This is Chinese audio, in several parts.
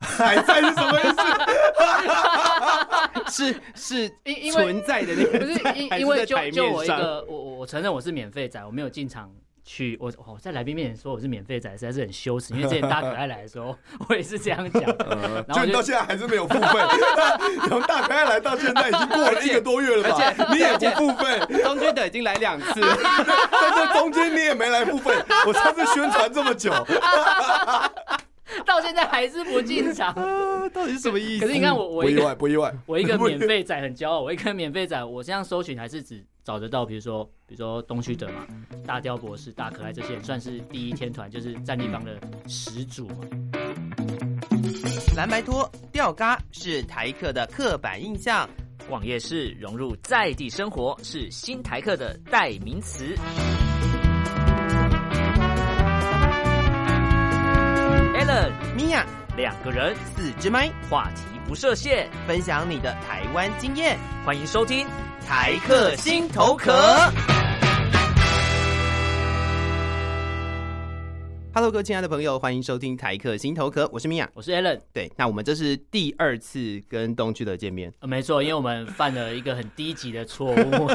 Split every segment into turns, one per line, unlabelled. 还在是什么意思？
是是
因因为
存在的那个
不是
在还
因
是
因为
在
就
台
就
面
我一
上
个，我我我承认我是免费仔，我没有进场去，我我在来宾面前说我是免费仔，实在是很羞耻。因为之前大可爱来的时候， 我也是这样讲，
嗯
然后
就
我
你到
就
现在还是没有付费，从大可爱来到现在已经过了一个多月了
而且
吧？你也不付费，
中间的已经来两次，
在这中间你也没来付费，我上次宣传这么久，
到现在还是不进场。
啊到底是什么意思？
可是你看我我
不
一
意
个
外，不意外。
我一个免费仔很骄傲，我一个免费仔，我这样搜寻还是只找得到，比如说比如说东区德嘛、大雕博士、大可爱这些人，算是第一天团，就是战地方的始祖嘛。
蓝白拖吊嘎是台客的刻板印象。
逛夜市融入在地生活是新台客的代名词。Allen
米娅，
两个人，
四支麦，
话题不设限，
分享你的台湾经验，
欢迎收听。
台客心头壳。Hello，各位亲爱的朋友，欢迎收听台客心头壳，我是米娅。
我是 Alan，
对，那我们这是第二次跟东区的见面，
呃没错，因为我们犯了一个很低级的错误，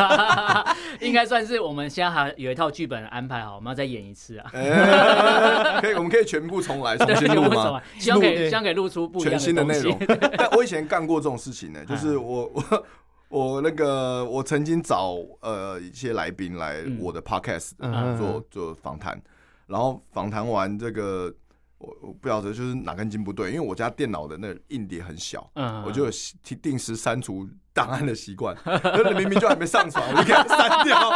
应该算是我们现在还有一套剧本安排好，我们要再演一次啊。
哎可以，我们可以全部重来，重 新哦录
为什
吗
么？？希望可
录
以希望可以录出不一样
全新的
东
内
西。
容。
嗯
但我以前干过这种事情呢，就是我我 我那个我曾经找呃一些来宾来
嗯
我的 podcast
嗯
做做访谈，然后访谈完这个我我不晓得就是哪根筋不对，因为我家电脑的那个硬碟很小，
嗯
我就有习定定时删除档案的习惯， 那明明就还没上传，我 就给它删掉，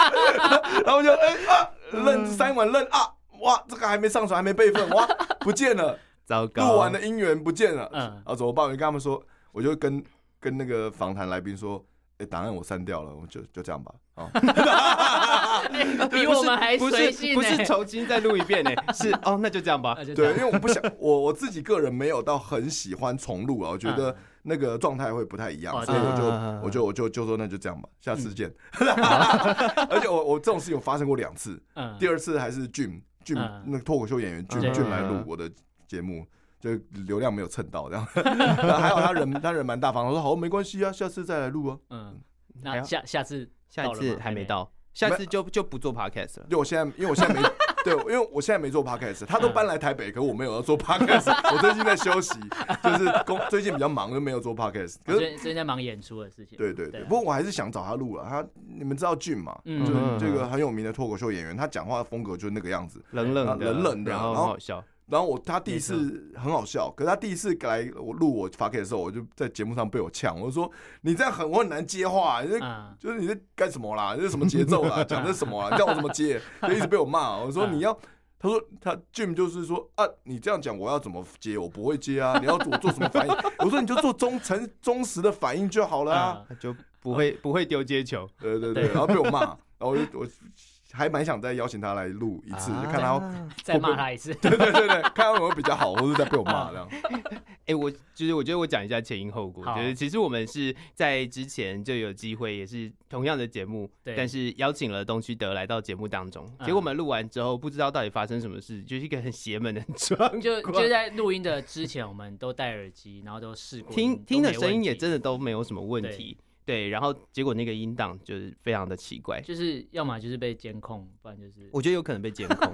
然后我就哎、啊
嗯
认删完认啊。哇，这个还没上传，还没备份，哇，不见了！
糟糕，
录完的姻缘不见了，
嗯
然后怎么办？我就跟他们说，我就跟跟那个访谈来宾说，哎，档案我删掉了，我就就这样吧。 哦，
呃比我们 还
不是
随性欸
不
呢
是。重新再录一遍呢， 是哦，那就这样吧
啊。就这
对，
样
因为我不想， 我我自己个人没有到很喜欢重录啊，我觉得
嗯
那个状态会不太一样，
哦嗯
所以我
对嗯
就我就我就就说那就这样吧，下次见。 而且我我这种事情有发生过两次，
嗯
第二次还是俊俊
嗯
那个脱口秀演员俊
对
俊来录我的节目，就流量没有蹭到这样， 然后还好他人他人蛮大方，我说好没关系啊，下次再来录啊。
嗯，那下下次
下一
到
次
了吗
还没，到，下次就就不做 podcast 了。
因为我现在因为我现在没对，因为我现在没做 podcast，他都搬来台北，可我没有要做
嗯
podcast，我最近在休息，就是工最近比较忙，就没有做 podcast。可
我
是
最近最近在忙演出的事情。
对对对，
啊
不过我还是想找他录啊。他你们知道俊嘛？
嗯
就是
嗯
这个很有名的脱口秀演员，他讲话的风格就是那个样子。
冷冷的，
啊冷冷的
然后
然
很
后
好笑。
然后我他第一次很好笑，可是他第一次来我录我 p o c a s t 的时候，我就在节目上被我呛，我就说你这样很我很难接话，你这、
嗯
就是你在干什么啦？这是什么节奏 啦？讲的是什么啊啦？叫我怎么接？就一直被我骂。我说
嗯
你要，他说他 Jim 就是说啊，你这样讲我要怎么接？我不会接啊！你要我做什么反应？ 我说你就做忠诚忠实的反应就好了啊。
嗯
那就
不会不会丢接球，
对对对，然后被我骂，然后我就我还蛮想再邀请他来录一
啊
次，
啊
就看他
再骂他一次。
对对对对，看他有没有比较好，或是再被我
嗯
骂这样。
哎、我
就是我觉得我讲一下前因后果，
好
就是其实我们是在之前就有机会，也是同样的节目，
对
但是邀请了东区德来到节目当中，
嗯
结果我们录完之后，不知道到底发生什么事，就是一个很邪门的 状
就就
况。
在录音的之前，我们都戴耳机，然后嗯都试过音
听听的声音也。
都没问
真
题
的都没有什么问题，对，然后结果那个音档就是非常的奇怪，
就是要么就是被监控，不然就是
我觉得有可能被监 控，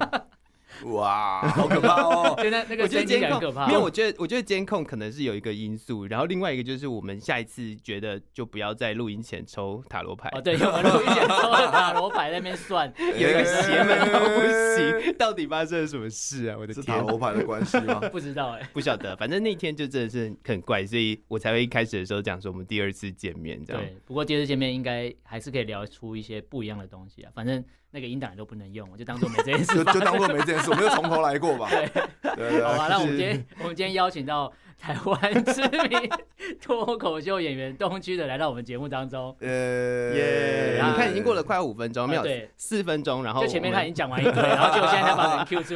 哇，好可怕哦！
就那那
我
个
觉
声
得
音听起
监
来很可
控
怕。
没有，我觉得我觉得监控可能是有一个因素，然后另外一个就是我们下一次觉得就不要在录音前抽塔罗牌，
哦，对，有人录音前抽了塔罗牌在那边算，
有一个邪门到不行，到底发生了什么事啊？我的
是塔
天，
罗牌的关系 吗？
不知道哎、
不晓得，反正那天就真的是很怪，所以我才会一开始的时候讲说我们第二次见面 这样。
对，不过第二次见面应该还是可以聊出一些不一样的东西啊。反正那个音档也都不能用，我就当做没这件
就
事发
就
生。
当做没这件事，我们就从头来 过吧。对对
好
对，
啊
吧，那我们今天我们今天邀请到台湾知名脱口秀演员东区的来到我们节目当中，
呃，
耶！你看已经过了快五分钟，没有
啊对
四分钟，然后
就前面
我们
他已经讲完一堆，然后结果现在才把人 Q 出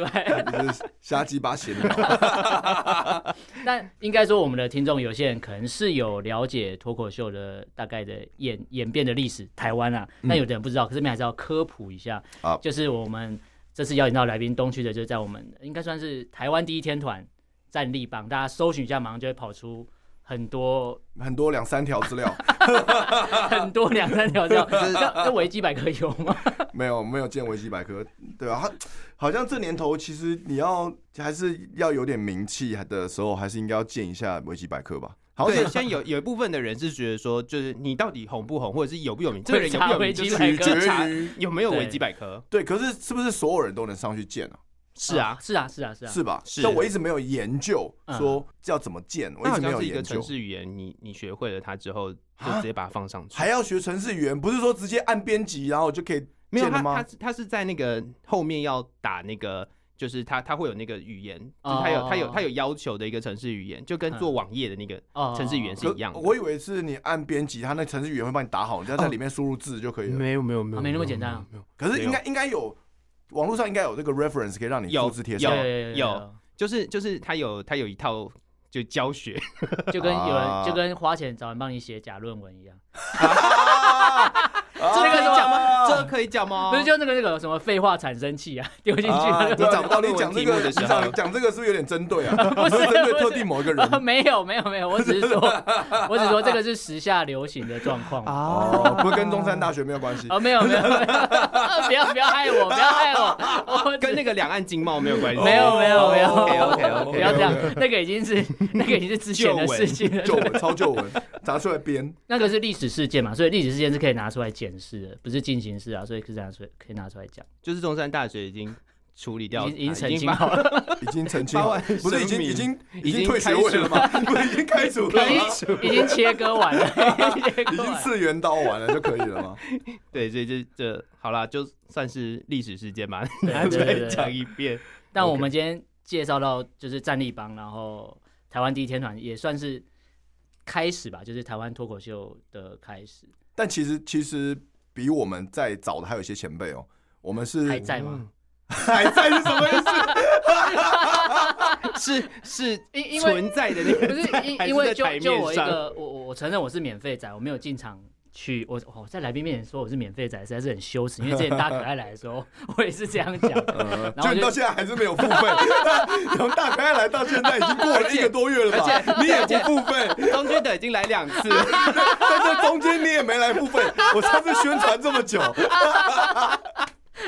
来。
就是瞎鸡巴闲 聊，
但应该说，我们的听众有些人可能是有了解脱口秀的大概的演演变的历史，台湾啊，
嗯
但有的人不知道，可是这边还是要科普一下
好，
就是我们这次邀请到来宾东区的，就是在我们应该算是台湾第一天团战力榜，大家搜寻一下，马上就会跑出 很多
很多两三条资料，
很多两三条这样。这这维基百科有吗？
没有没有见维基百科，对啊，他好像这年头其实你要还是要有点名气的时候，还是应该要见一下维基百科吧。好
对，
险
现在有有一部分的人是觉得说，就是你到底红不红，或者是有不有名，这个人有
查
不有
维
名，
基
就是
百
取
科
决
查
于有没有
对
维基百科。
对，可是是不是所有人都能上去见啊？
是啊，
是啊，是啊，是啊，
是吧？
是
但我一直没有研究
嗯
说要怎么见，我一
那好
直没
像
有
是一个
研
城
究。
市语言，你你学会了它之后，就
啊
直接把它放上去。
还要学程序语言，不是说直接按编辑然后就可以
没有
见了
他
吗
他？他是在那个后面要打那个，就是他他会有那个语言，就是他有他有他有要求的一个城市语言，就
嗯
跟做网页的那个
哦
城市语言是一样的。哦
我以为是你按编辑，他那程序语言会帮你打好，你只要在里面输入字就可以了。
有没有没
啊没那么简单啊
没有，
可是应该应该有网络上应该有这个 reference 可以让你
有
复制贴
哦
有
上。
就是就是他有他有一套就教学，
就跟有
啊
人就跟花钱找人帮你写假论文一样，
啊这
可以讲吗？这
这
可以讲吗？
不是就那个那个什么废话产生器啊，丢进去
啊，
那
你
个
找不到你讲这个，
论文题目的
你
时候
讲讲这个是不是有点针对啊？
不是
针对
不是
特定某一个人
啊，没有没有没有，我只是说，我只是说这个是时下流行的状况啊，
哦，不是跟中山大学没有关系。
哦没有没有，没有不要不要害我，不要害我，我
跟那
个
个两岸经贸没有关系。
没有没有没 有
OK，OK，OK，OK
不要这样，那个已经是那个已经是之前的事情
旧
了，
文抄旧文，拿出来编。
那个是历史事件嘛，所以历史事件是可以拿出来检视的，不是进行式啊，所以是拿出来可以拿出来讲，
就是中山大学已经处理掉，
已经已经
把
澄清好了。
已经澄清好了
发完，
不是已
声
经
明
已经
已
已
经
经退学位了吗？ 不是已经开 除了
已
吗？
经已经切割完了，已经切
已
割
经
完了。
次元刀完了就可以了吗？
对，所以这这好啦，就算是历史事 件吧，
对
拿出
对对
来
对
讲一遍。
但我们今天介绍到就是战力帮，然后台湾第一天团也算是开始吧，就是台湾脱口秀的开始，
但其实其实比我们再早的还有一些前辈哦，我们是
还在吗？
还在是什么意思？
是是
因因为
存在的那
不
个
是
在，
因
还是
因为
在
就
台
就
面
我一
上
个，我我我承认我是免费仔，我没有进场。去我我在来宾面前说我是免费仔，实在是很羞耻。因为之前大可爱来的时候，我也是这样讲的，然
就
后我
你
就
到现在还是没有付费， 从大可爱来到现在已经过了一个多月了
而
吧？你也不付费，
东区的已经来两 次了，
但这中间你也没来付费。我上次宣传这么久，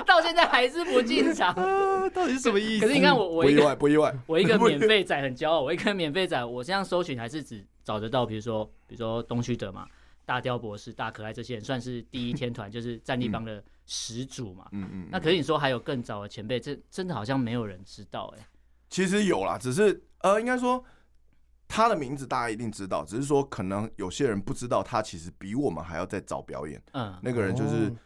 到现在还是不进 场。
啊到底是什么意思？
可是你看我我
不
一
意
个
外，不意外。
我一个免费仔很骄傲，我一个免费仔，我这样搜寻还是只找得到，比如说比如说东区德嘛、大雕博士、大可爱这些人，算是第一天 团，就是战力帮的始祖嘛。
嗯嗯，
那可是你说还有更早的前辈，这真的好像没有人知道哎、
其实有啦，只是呃，应该说他的名字大家一定知道，只是说可能有些人不知道，他其实比我们还要再早表演。
嗯，
那个人就是、
哦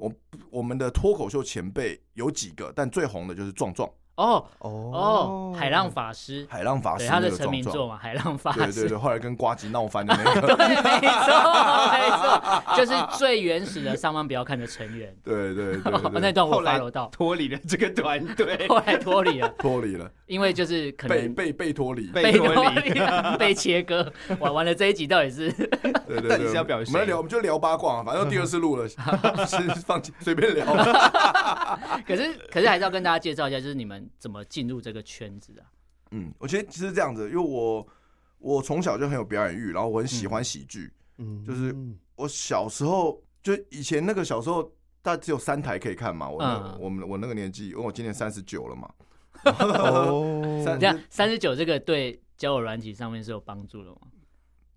我我们的脱口秀前辈有几个，但最红的就是壮壮
哦
哦
哦，海浪法师，
海浪法师
对
那
他的
个
成
壮
名作
壮。
嘛，海浪法
对
师
对。对，后来跟瓜吉闹翻的那个，
对，没错，没错，就是最原始的上班不要看的成员。
对对对
哦，
对
那
对，
段
后
我
来
follow 到，
脱离了这个团 队，
后来脱离了，
脱离了，
因为就是可
被
能
被被脱离，
被
被
脱
脱
离。
离， 被切割。玩完了这一集到底是
对对
到
对
底是要表
我
谁
们来聊，我们就聊八卦，反正第二次 录了，是放弃随便聊。
可是可是还是要跟大家介绍一下，就是你们怎么进入这个圈子的、啊。
嗯，我觉得是这样子，因为我我从小就很有表演欲，然后我很喜欢喜剧。
嗯
就是 我小时候就以前那个小时候，大概只有三台可以看嘛。我那
嗯
我们我那个年纪，因为我今年三十九了嘛。
哦
三
嗯这样三十九这个对交友软体上面是有帮助的吗？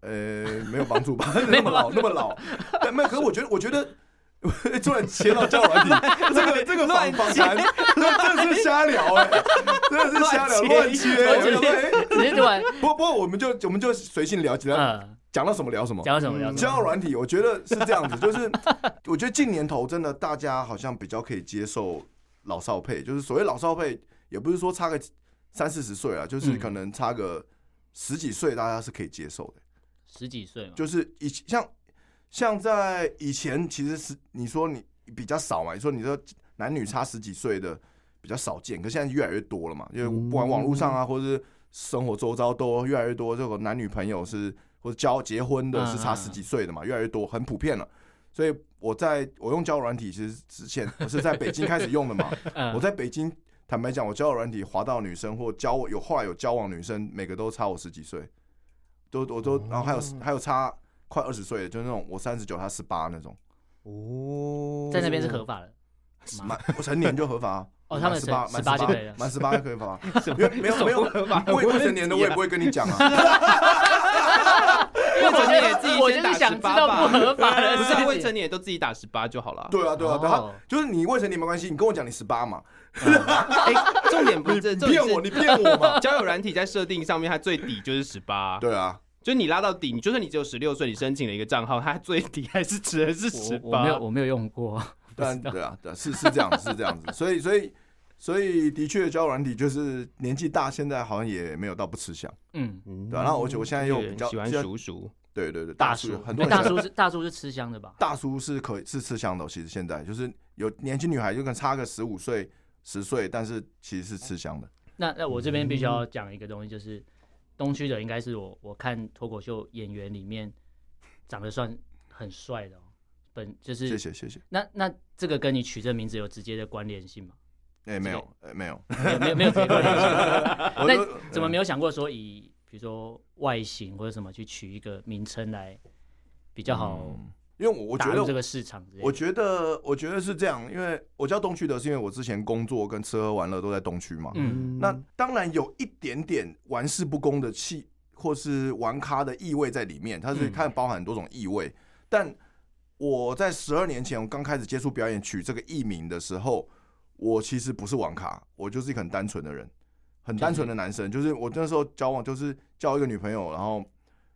呃，没有帮助吧？那么老，那么老，但没有。可是我觉得，我觉得 突然切到交友软体，这个这个
乱
访访谈，这真的是瞎聊哎，真的是瞎聊
乱
乱
切
切。
我
我
只
觉得
是
哎
只是突然，
不不过我们就我们就随性聊，讲
啊
呃，
讲到什么聊什么。
讲到什么聊
嗯
什
交
么？
友软体，我觉得是这样子，就是我觉得近年头真的大家好像比较可以接受老少配，就是所谓老少配，也不是说差个三四十岁啊，就是
嗯
可能差个十几岁，大家是可以接受的。
十几岁嘛，
就是以像像在以前，其实是你说你比较少嘛，你说你说男女差十几岁的比较少见，可现在越来越多了嘛，因为不管网络上啊，或者是生活周遭都越来越多这种男女朋友是或者交结婚的是差十几岁的嘛，越来越多，很普遍了。所以我在我用交友软体，其实之前我是在北京开始用的嘛，
嗯
我在北京。坦白讲，我交友软体滑到女生或交我有后来有交往女生，每个都差我十几岁，都我都然后还有还有差快二十岁的，就是那种我三十九，他十八那种，
哦
在那边是合法的吗。
满我成年就合法啊。
哦他们
十八
成
满
18就
18
可以了
满十八就可以罚，因为啊没有没有
合法
未未成年的我也不会跟你讲啊，
未成年也自己
我就
先打
是想
十
知
八
道不
吧，
合法的
不
事
是
情。
啊未成年也都自己打十八就好了。
对啊对啊，
哦
对啊，就是你未成年没关系，你跟我讲你十八嘛，
哎，重点不是这，
你
重点
骗
是
我你骗我 嘛，
交友软体在设定上面，它最底就是十八，
对啊，
就是你拉到底，你就算你只有十六岁，你申请了一个账号，它最底还是只能是十
我我没有
八。
我没有用过，
对啊对啊对啊，是是这样子是这样子，所以所以所以的确交友软体就是年纪大，现在好像也没有到不吃香，
嗯，
嗯
对啊，然后而且我现在又比较
喜欢
现在
叔叔，
对对对
大
叔
叔
很多人
哎大
喜欢
叔是大叔是吃香的吧？
大叔是可以是吃香的哦，其实现在就是有年轻女孩就跟差个十五岁十岁，但是其实是吃香的，
那那我这边必须
嗯
要讲一个东西，就是东区的应该是我我看脱口秀演员里面长得算很帅的哦，本就是
谢谢谢谢，
那那这个跟你取这名字有直接的关联性 吗？
哎没有哎 没有，
没有没有没有直接关联性。
我
那
就
怎么没有想过说以比如说外形或者什么去取一个名称来比较好
因为我嗯我
打
觉
入这
得，
个市场之类的？
我觉得，我觉得是这样，因为我叫东区的是因为我之前工作跟吃喝玩乐都在东区嘛。
嗯
那当然有一点点玩世不恭的气，或是玩咖的意味在里面，它是
嗯
它包含很多种意味。但我在十二年前，我刚开始接触表演取这个艺名的时候，我其实不是玩咖，我就是一个很单纯的人，很单纯的男生。就是我那时候交往，就是交一个女朋友，然后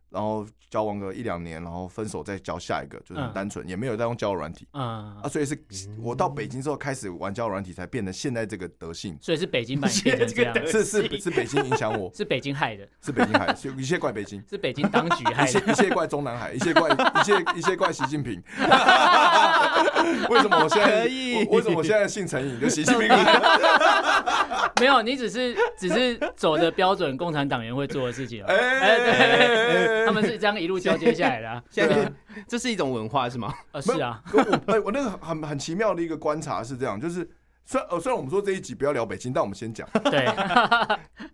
然后交往个一两年，然后分手再交下一个，就是很
嗯
单纯，也没有在用交友软体
嗯
啊。，所以是我到北京之后开始玩交友软体，才变成现在这个德性。
所以是北京 版变成这样，
是是是北京影响我，
是北京害的，
是北京害，是一切怪北京，
是北京当局
一
哎
害
切
的。
一切怪中南海，一切怪一切一切怪习近 平。为什么我现在
可以啊
我为什么我现在姓陈瘾？就习近平 害的。
没有，你只是 只是走着标准共产党员会做的事情哦。哎，对，他
哎，
们是这样一路交接下来的啊。
现
对
在
啊
这是一种文化是吗？
呃，是啊，
跟我哎，我那个很很奇妙的一个观察是这样，就是。虽然呃，虽然我们说这一集不要聊北京，但我们先讲，
对，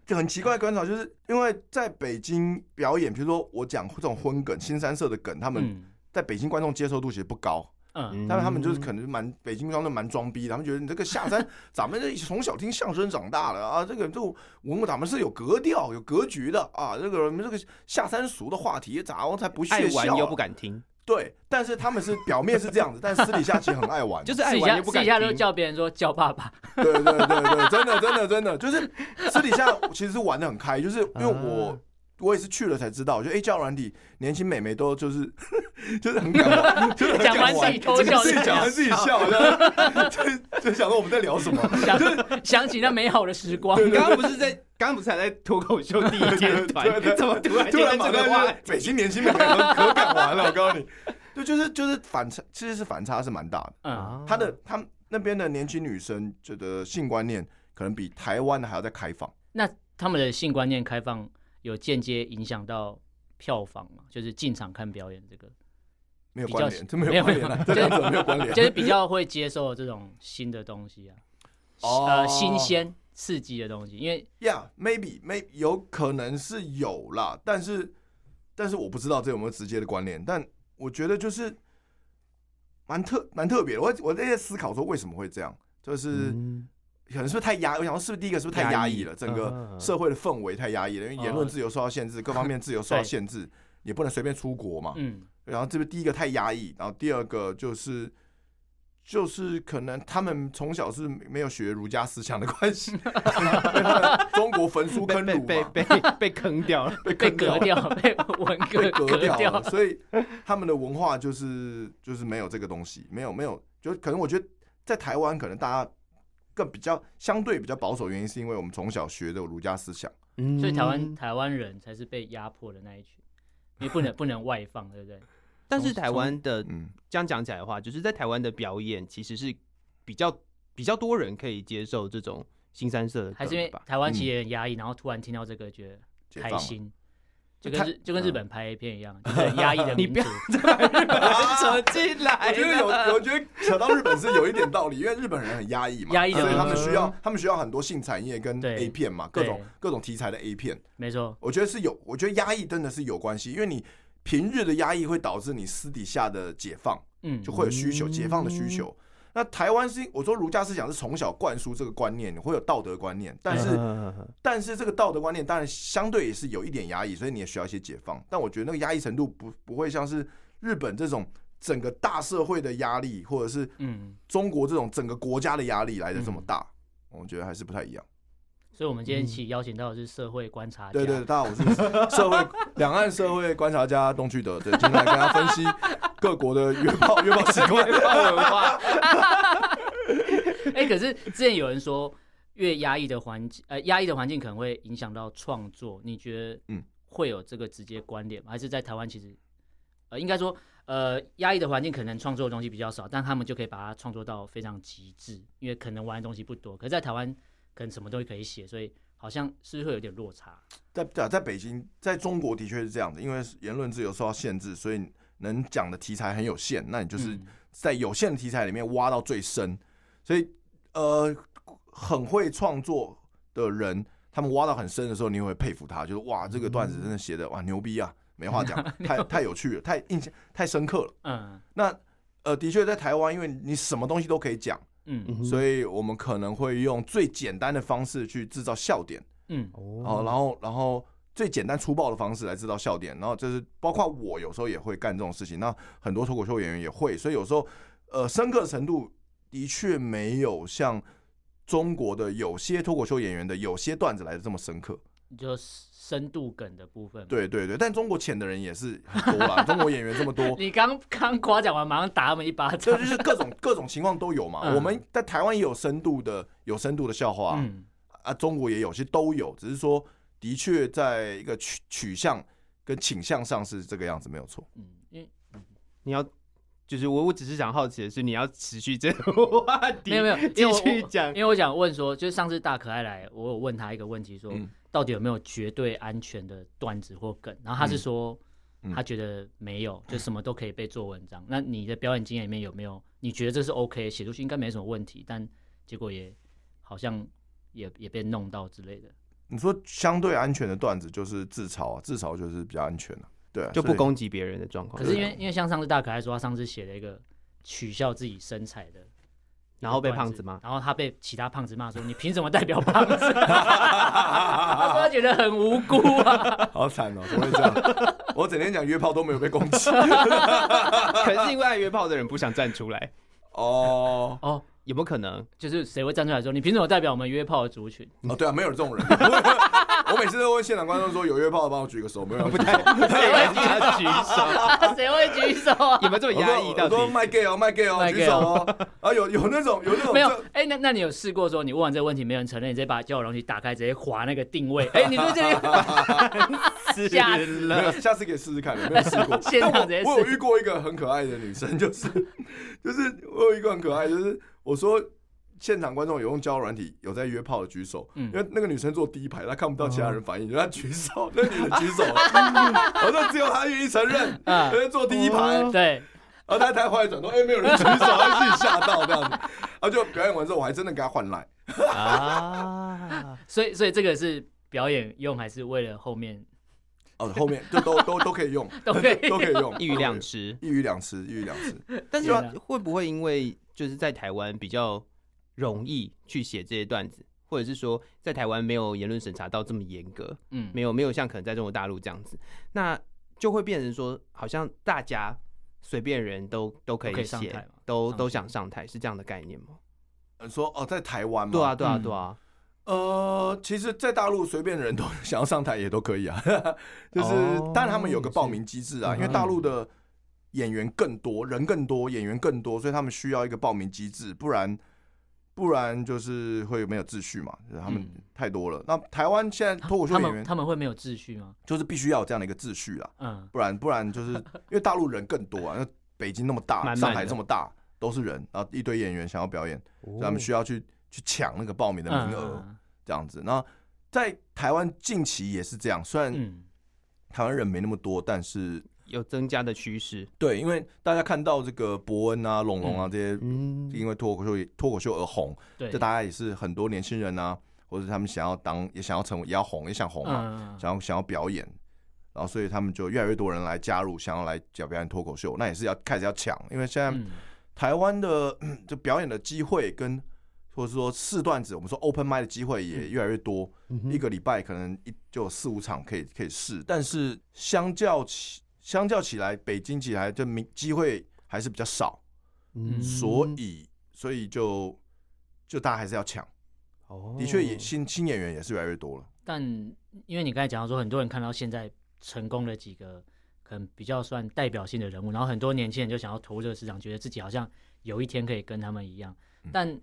就很奇怪的观察，就是因为在北京表演，比如说我讲这种荤梗、新三色的梗，他们
嗯
在北京观众接受度其实不高，
嗯，
但他们就是可能蛮北京观众蛮装逼的，他们觉得你这个下山，咱们这从小听相声长大的啊，这个就我们咱们是有格调、有格局的啊，这个我们这个下三俗的话题，咋我才不
嗯爱
屑笑、
玩
啊？
又不敢听，
对，但是他们是表面是这样子，但私底下其实很爱 玩，
就是是爱
私底
玩
下
又不
私
敢
底下都
听。
叫别人说叫爸爸。
对对对对，真的真的真的，就是私底下其实是玩的很开，就是因为
嗯
我。我也是去了才知道，就哎，教软体年轻美眉都就是 就是很敢 玩，就是很敢
讲完
玩
自己偷笑
自己讲完自己笑， 就就想说我们在聊什么，
想想起那美好的时光。
你刚刚不是在，刚刚不是还在脱口秀第一阶
对对对
段，怎么突然
突
间
然马上
这个
就
话
是？北京年轻美可可敢玩了，我告诉你， 对，就是就是反差，其实是反差是蛮大的。
嗯，
啊他的他们那边的年轻女生觉得性观念可能比台湾的还要再开放，
那他们的性观念开放有间接影响到票房嘛？就是进场看表演这个，
没有关联，
比较
这没有关联
没
啊，
有
这两者没有关 联。
就是比较会接受这种新的东西啊，
哦
呃，新鲜刺激的东西。因为
Yeah，maybe maybe 有可能是有啦，但是但是我不知道这有没有直接的关联，但我觉得就是蛮特蛮特别的。我我在思考说为什么会这样，就是。可能是不是太压？我想说是不是第一个是不是太嗯压抑了？嗯整个社会的氛围太压抑了，因为言论自由受到限制，各方面自由受到限制，也不能随便出国嘛。
嗯，
然后这边第一个太压抑，然后第二个就是就是可能他们从小是没有学儒家思想的关系， 被他们中国焚书
被
坑儒
被被
嘛，
被被坑掉了，
被
被
坑
隔
了
掉， 被文革
被革
掉
掉了，所以他们的文化就是就是没有这个东西，没有没有，就可能我觉得在台湾可能大家更比较相对比较保守，原因是因为我们从小学的儒家思想，
所以台湾
嗯
台湾人才是被压迫的那一群，因为 不能不能外放，对不对？
但是台湾的
嗯，
这样讲起来的话，就是在台湾的表演其实是比较比较多人可以接受这种新三色的梗的吧，
还是因为台湾其实也很压抑，然后突然听到这个觉得
嗯解
开
放嘛
心，就跟日就跟日
嗯
本拍 A 片一样，就是很压抑 的
你不
民族
要。扯进
我
来
觉 得有，我觉得扯到日本是有一点道理，因为日本人很压抑嘛，
压抑的
所以他们
嗯
需要他们需要很多性产业跟
对
A 片嘛，各种
对
各种题材的 A 片，
没错，
我觉得是有，我觉得压抑真的是有关系，因为你平日的压抑会导致你私底下的解放，
嗯，
就会有需求，解放的需求。那台湾是我说儒家思想是从小灌输这个观念，你会有道德观念，但
嗯
是但是这个道德观念当然相对也是有一点压抑，所以你也需要一些解放。但我觉得那个压抑程度不不会像是日本这种整个大社会的压力，或者是
嗯，
中国这种整个国家的压力来的这么大。哦我觉得还是不太一样。
所以我们今天一起邀请到的是社会观察家，
嗯对对，大家好，我是社会 两岸社会观察家东旭德，对，今天来跟他分析各国的约炮约炮习惯。
文 化，
哎、可是之前有人说，越压抑的环境，呃，压抑的环境可能会影响到创作。你觉得，
嗯
嗯，会有这个直接关联吗？还是在台湾其实，呃，应该说，呃，压抑的环境可能创作的东西比较少，但他们就可以把它创作到非常极致，因为可能玩的东西不多。可是在台湾，可能什么东西可以写，所以好像是不是会有点落差？
在对啊，在北京，在中国的确是这样的，因为言论自由受到限制，所以能讲的题材很有限。那你就是
嗯
在有限的题材里面挖到最深，所以呃，很会创作的人，他们挖到很深的时候，你会佩服他，就是哇，这个
嗯
段子真的写的哇牛逼啊，没话 讲，太太有趣了，太印象太深刻了。
嗯
那呃，的确在台湾，因为你什么东西都可以讲，
嗯
所以我们可能会用最简单的方式去制造笑点。
嗯
哦，然后然后最简单粗暴的方式来制造笑点，然后就是包括我有时候也会干这种事情，那很多脱口秀演员也会，所以有时候呃深刻程度的确没有像中国的有些脱口秀演员的有些段子来的这么深刻。
嗯，就深度梗的部分嘛。
对对对，但中国浅的人也是很 多啦，中国演员这么多。
你刚刚夸奖完，马上打他们一巴
这
掌。
就是各种各种情况都有嘛。
嗯
我们在台湾也有深度的，有深度的笑话啊、
嗯
啊，中国也有，其实都有，只是说的确在一个取取向跟倾向上是这个样子，没有错。
嗯，因为
你要。就是我，我只是想好奇的是，你要持续这个话题，
没有没有，因为
继
我
续讲
因。为我想问说，就是上次大可爱来，我有问他一个问题说，
嗯
到底有没有绝对安全的段子或梗？然后他是说，
嗯
他觉得没有，
嗯
就什么都可以被做文章。那你的表演经验里面有没有？你觉得这是 OK，写出去应该没什么问题，但结果也好像也也被弄到之类的。
你说相对安全的段子就是自嘲、啊，自嘲就是比较安全了、对、啊，
就
所
不
以。
攻击别人的状况。
可是因为因为像上次大可爱说，他上次写了一个取笑自己身材的。
然后被胖子骂，
然后他被其他胖子骂说：“你凭什么代表 胖子？” 他说他觉得很无辜啊。
好惨哦、怎么会这样？ 我整天讲约炮都没有被攻 击
可是因为爱约炮的人不想站出来，
哦
哦，
有没有可能？
就是谁会站出来说你凭什么代表我们约炮的族 群？
哦，对啊，没有这种人。我每次都问现场观众说有约炮的帮我举个手，没有人举手。
谁会举手？
谁会举手 啊？
有没有这么压抑？到
我说
底？
卖 gay 哦，卖 gay 哦，
卖
举
gay
手哦。啊，有有那种 有那种
没有
这，
哎、那那你有试过说你问完这个问题没有人承认，你直接把交友容器打开，直接划那个定位？哎、你对这 里吓死。
没有，下次可以试试看，没有试过
现 场直接
我有
试
遇过一个很可爱的女生，就是 就是我有一个很可爱，就是我说现场观众有用交友软体有在约炮的举手，
嗯
因为那个女生坐第一排，她看不到其他人
哦
反应，就她举手， 那女的举 手，我说只有她愿意承认，
啊
嗯
她就坐第一排，
哦
对，
然后她她后来转头，哎，没有人举手，她自己吓到这样子，然后就表演完之后，我还真的给她换赖。
啊！
所以所以这个是表演用还是为了后面
哦，后面就都都都可以 用，
都可以
都可以用，
一鱼两吃。
一鱼两吃，一鱼两吃。
但是
天哪
会不会因为就是在台湾比较容易去写这些段子，或者是说在台湾没有言论审查到这么严格，
嗯
没有没有像可能在中国大陆这样子，那就会变成说，好像大家随便人都都可
都可
以
以上台
写
嘛，
都
上
都
去
想上台，是这样的概念吗？
呃说哦，在台湾嘛，
对啊，对啊，
嗯
对啊，
呃，其实，在大陆随便人都 想要上台也都可以啊，就是，
哦
但他们有个报名机制
嗯
啊，
也
因
是
为大陆的演员更多，人更多，演员更多，所以他们需要一个报名机制，不然不然就是会没有秩序嘛，就是他们
嗯
太多了。那台湾现在脱口秀
他
演
们
员
他们会没有秩序吗？
就是必须要有这样的一个秩序啦，
嗯，
不然不然就是 因为大陆人更多啊，那北京那么大，
满满的
上海这么大，都是人，然后一堆演员想要表演，所以他们需要去去抢那个报名的名额。
哦嗯
这样子。那在台湾近期也是这样，虽然
嗯
台湾人没那么多，但是
有增加的趋势。
对，因为大家看到这个伯恩啊、龙龙啊这些，
嗯，
因为脱口秀脱口秀而红，
对
这，大家也是很多年轻人啊，或者他们想要当也想要成为也要红也想红嘛，
嗯，
想要想要表演，然后所以他们就越来越多人来加入，想要来表表演脱口秀，那也是要开始要抢，因为现在
嗯
台湾的嗯就表演的机会跟或者说试段子，我们说 open m i 的机会
嗯
也越来越多，一个礼拜可能一就有四五场可以可以试，但是相较起相较起来，北京起来就明机会还是比较少，
嗯
所以所以就就大家还是要抢，
哦
的确也新新演员也是越来越多了，
但因为你刚才讲到说，很多人看到现在成功的几个可能比较算代表性的人物，然后很多年轻人就想要投入这个市场，觉得自己好像有一天可以跟他们一样。但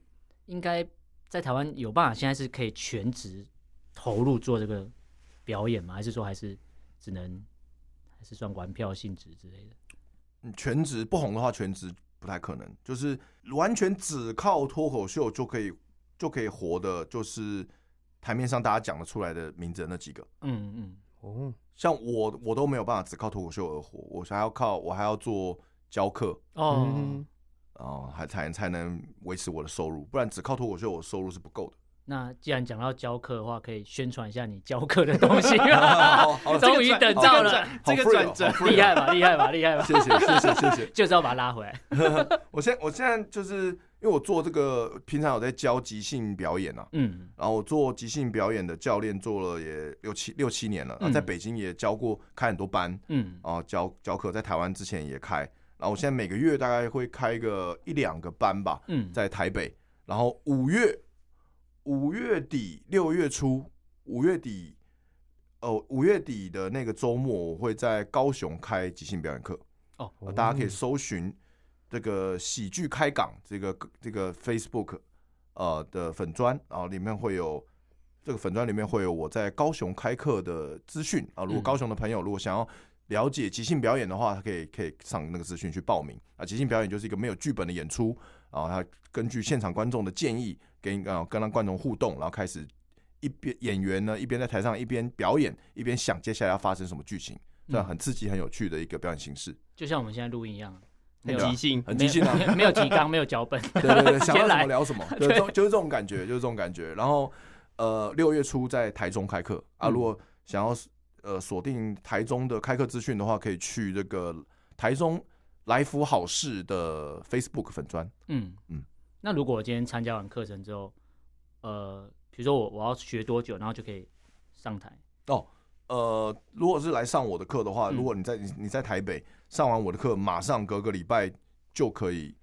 应该在台湾有办法，现在是可以全职投入做这个表演吗？还是说还是只能还是算玩票性质之类的？
嗯全职不红的话，全职不太可能，就是完全只靠脱口秀就可以就可以活的，就是台面上大家讲得出来的名字的那几个。
嗯嗯，
哦，
像我，我都没有办法只靠脱口秀而活，我还要靠我还要做教课，
哦，
嗯
然后还才才能维持我的收入，不然只靠脱口秀，我收入是不够的。
那既然讲到教课的话，可以宣传一下你教课的东西
好好
终于等到了，
好
这个
free 哦
转折
好 free 哦
厉害吧，厉害吧，厉害吧！
谢谢谢谢谢谢。
就是要把它拉回来。
我现在我现在就是因为我做这个，平常有在教即兴表演啊，
嗯
然后我做即兴表演的教练做了也六七六七年了，然后在
嗯
北京也教过开很多班，
嗯
然后教教课，在台湾之前也开，然后我现在每个月大概会开个一两个班吧，
嗯，
在台北，然后五月五月底六月初五月底哦五月底的那个周末，我会在高雄开即兴表演课
哦
呃大家可以搜寻这个喜剧开港这个这个 Facebook 呃的粉砖，然后里面会有。这个粉砖里面会有我在高雄开课的资讯啊，如果
嗯
高雄的朋友如果想要了解即兴表演的话，他可以可以上那个资讯去报名啊。即兴表演就是一个没有剧本的演出，然后他根据现场观众的建议，跟呃跟让观众互动，然后开始一边演员呢一边在台上一边表演，一边想接下来要发生什么剧情，这
嗯
样很刺激很有趣的一个表演形式，
就像我们现在录音一样，没
很
有
即兴，
很即兴啊
没。有没 有提纲，没有脚本。
对对对，
直接
想到什
来
么聊什么，对，就就是这种感觉，就是这种感觉。然后呃，六月初在台中开课啊，
嗯
如果想要呃锁定台中的开课资讯的话，可以去这个台中来福好事的 Facebook 粉砖。
嗯嗯
嗯。
那如果我今天参加完课程之后，呃，比如说我我要学多久，然后就可以上台？
呃，如果是来上我的课的话，
嗯
如果你在你你在台北上完我的课，马上隔个礼拜就可以，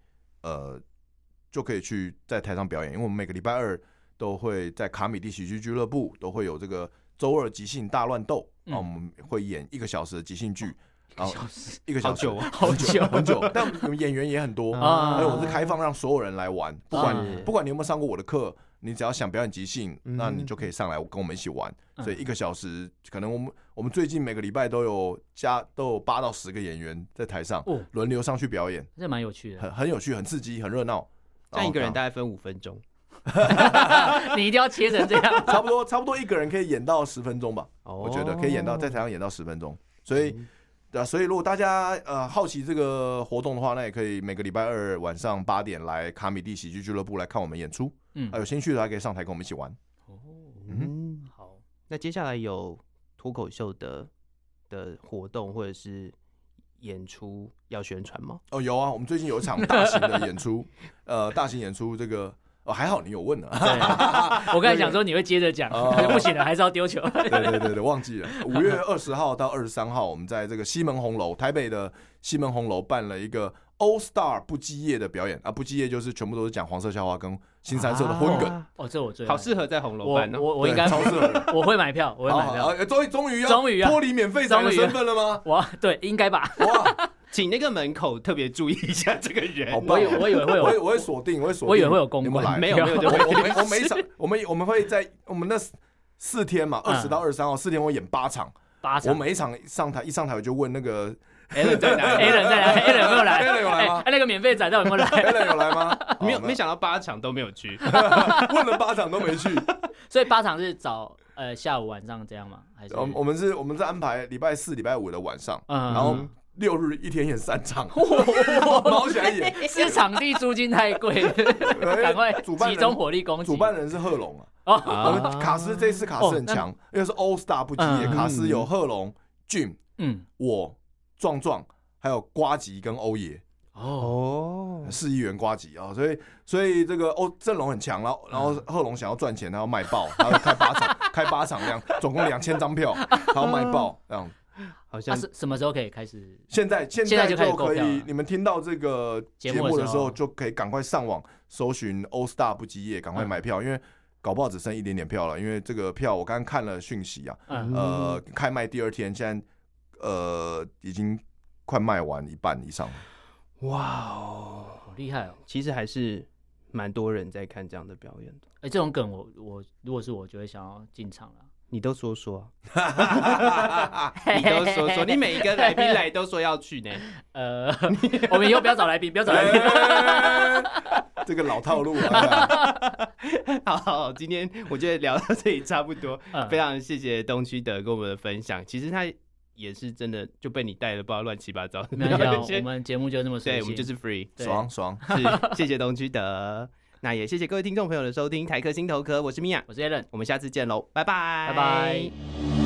呃，就可以去在台上表演，因为我们每个礼拜二都会在卡米蒂喜剧俱乐部都会有这个周二即兴大乱斗，
嗯
然后我们会演一个小时的即兴剧，然后
小时
一个小时
好久啊
好久
很久， 但我们演员也很 多，
啊
而且哎我是开放让所有人来玩，不
是
管不管你有没有上过我的课，你只要想表演即兴，
嗯
那你就可以上来跟我们一起玩。
嗯
所以一个小时，可能我们我们最近每个礼拜都有加都有八到十个演员在台上
哦
轮流上去表演，
这蛮有趣的。
很很有趣，很刺激，很热闹。
这样一个人
然后
大概分五分钟。
你一定要切成这样。
差不多差不多一个人可以演到十分钟吧。
我
我觉得可以演到在台上演到十分钟，所
嗯
以对啊，所以如果大家呃好奇这个活动的话，那也可以每个礼拜二晚上八点来卡米蒂喜剧俱乐部来看我们演出，
嗯
啊、，有兴趣的还可以上台跟我们一起玩。
嗯，
好，
那接下来有脱口秀的的活动或者是演出要宣传吗？
哦，有啊，我们最近有一场大型的演 出，呃，大型演出这个哦还好你有问啊，
对，我刚才想说你会接着讲，
哦
不行了，还是要丢球。
对对对对，忘记了。 五月二十号到二十三号，我们在这个西门红楼，台北的西门红楼办了一个 All Star 不羁夜的表演啊，不羁夜就是全部都是讲黄色笑话跟新三色的婚梗。
啊
哦，这我最爱
好适合在红楼
我
办哦。
我我应
对哦
该
超适合的
我会买票， 我会买
好好
票。
好终于终于要
终于啊
脱离免费仔的
终于
身份了吗？
我对应该吧？
哇，
请那个门口特别注意一下这个人。
好
哎我
棒
以
哦！
为我以为会有
我也我会锁定，我会锁定，
我以为会有
你
公
们
关
来，
没有没有
我
就
我 们我每场我们我们会在我们那四四天嘛，
嗯
二十到二十三号四天，我演八场，
八场
我。每一场上台一上台我就问那个
a l 在哪
A
里？
人再来，A 人有没有来
Alan 有来吗
哎哎那个免费仔到底有没有来？
Alan 有来吗？
没有，
好
没想到八场都没有去。
问了八场都没去，
所以八场是找呃下午晚上这样吗？还是
我们我们是我们是安排礼拜四、礼拜五的晚上，
嗯
然后六日一天演三 场，毛起来演。哎
是场地租金太贵，赶快
主办
集
人
中火力攻击。
主办人是贺龙啊，
哦，
我们卡斯这次卡斯很强，因为是 All Star 不羁
嗯
卡斯有贺龙、Jim、
嗯，
我、壮壮，还有瓜吉跟欧爷。
哦，
哦，
市议员瓜吉啊、所以所以这个哦阵容很强，然后然
嗯
后贺龙想要赚钱，他要卖爆，他要开八场，开八场这样，总共两千张票，他要卖爆这样。
好
那
像
啊是什么时候可以开始？
现在现
现在
在
就开始
就
购
可
票了
以，你们听到这个
节
节
目的
目的
时
时
候
候，就可以赶快上网搜寻 All Star 不羁夜，赶
嗯
快买票，因为搞不好只剩一点点票了，因为这个票我刚刚看了讯息啊，
嗯
呃，开卖第二天，现在呃已经快卖完一半以上了。
哇哦，
好厉害哦！
其实还是蛮多人在看这样的表演的。
哎，这种梗我我如果是我就会想要进场了。
你都说说啊，你都说说，你每一个来宾来都说要去呢。
呃，我们以后不要找来宾，不要找来 宾。
哎这个老套路啊，
好 好，好今天我觉得聊到这里差不多，
嗯
非常谢谢东区德跟我们的分享。其实他也是真的就被你带的，不知道乱七八糟的
没 有
那，
我
些。
们节目就这么随
对，
性，
我们就是 free，
对
爽爽。
是谢谢 东区德。那也谢谢各位听众朋友的收听，台客心头壳，我是米娅，
我是 Allen，
我们下次见喽，拜拜，
拜拜。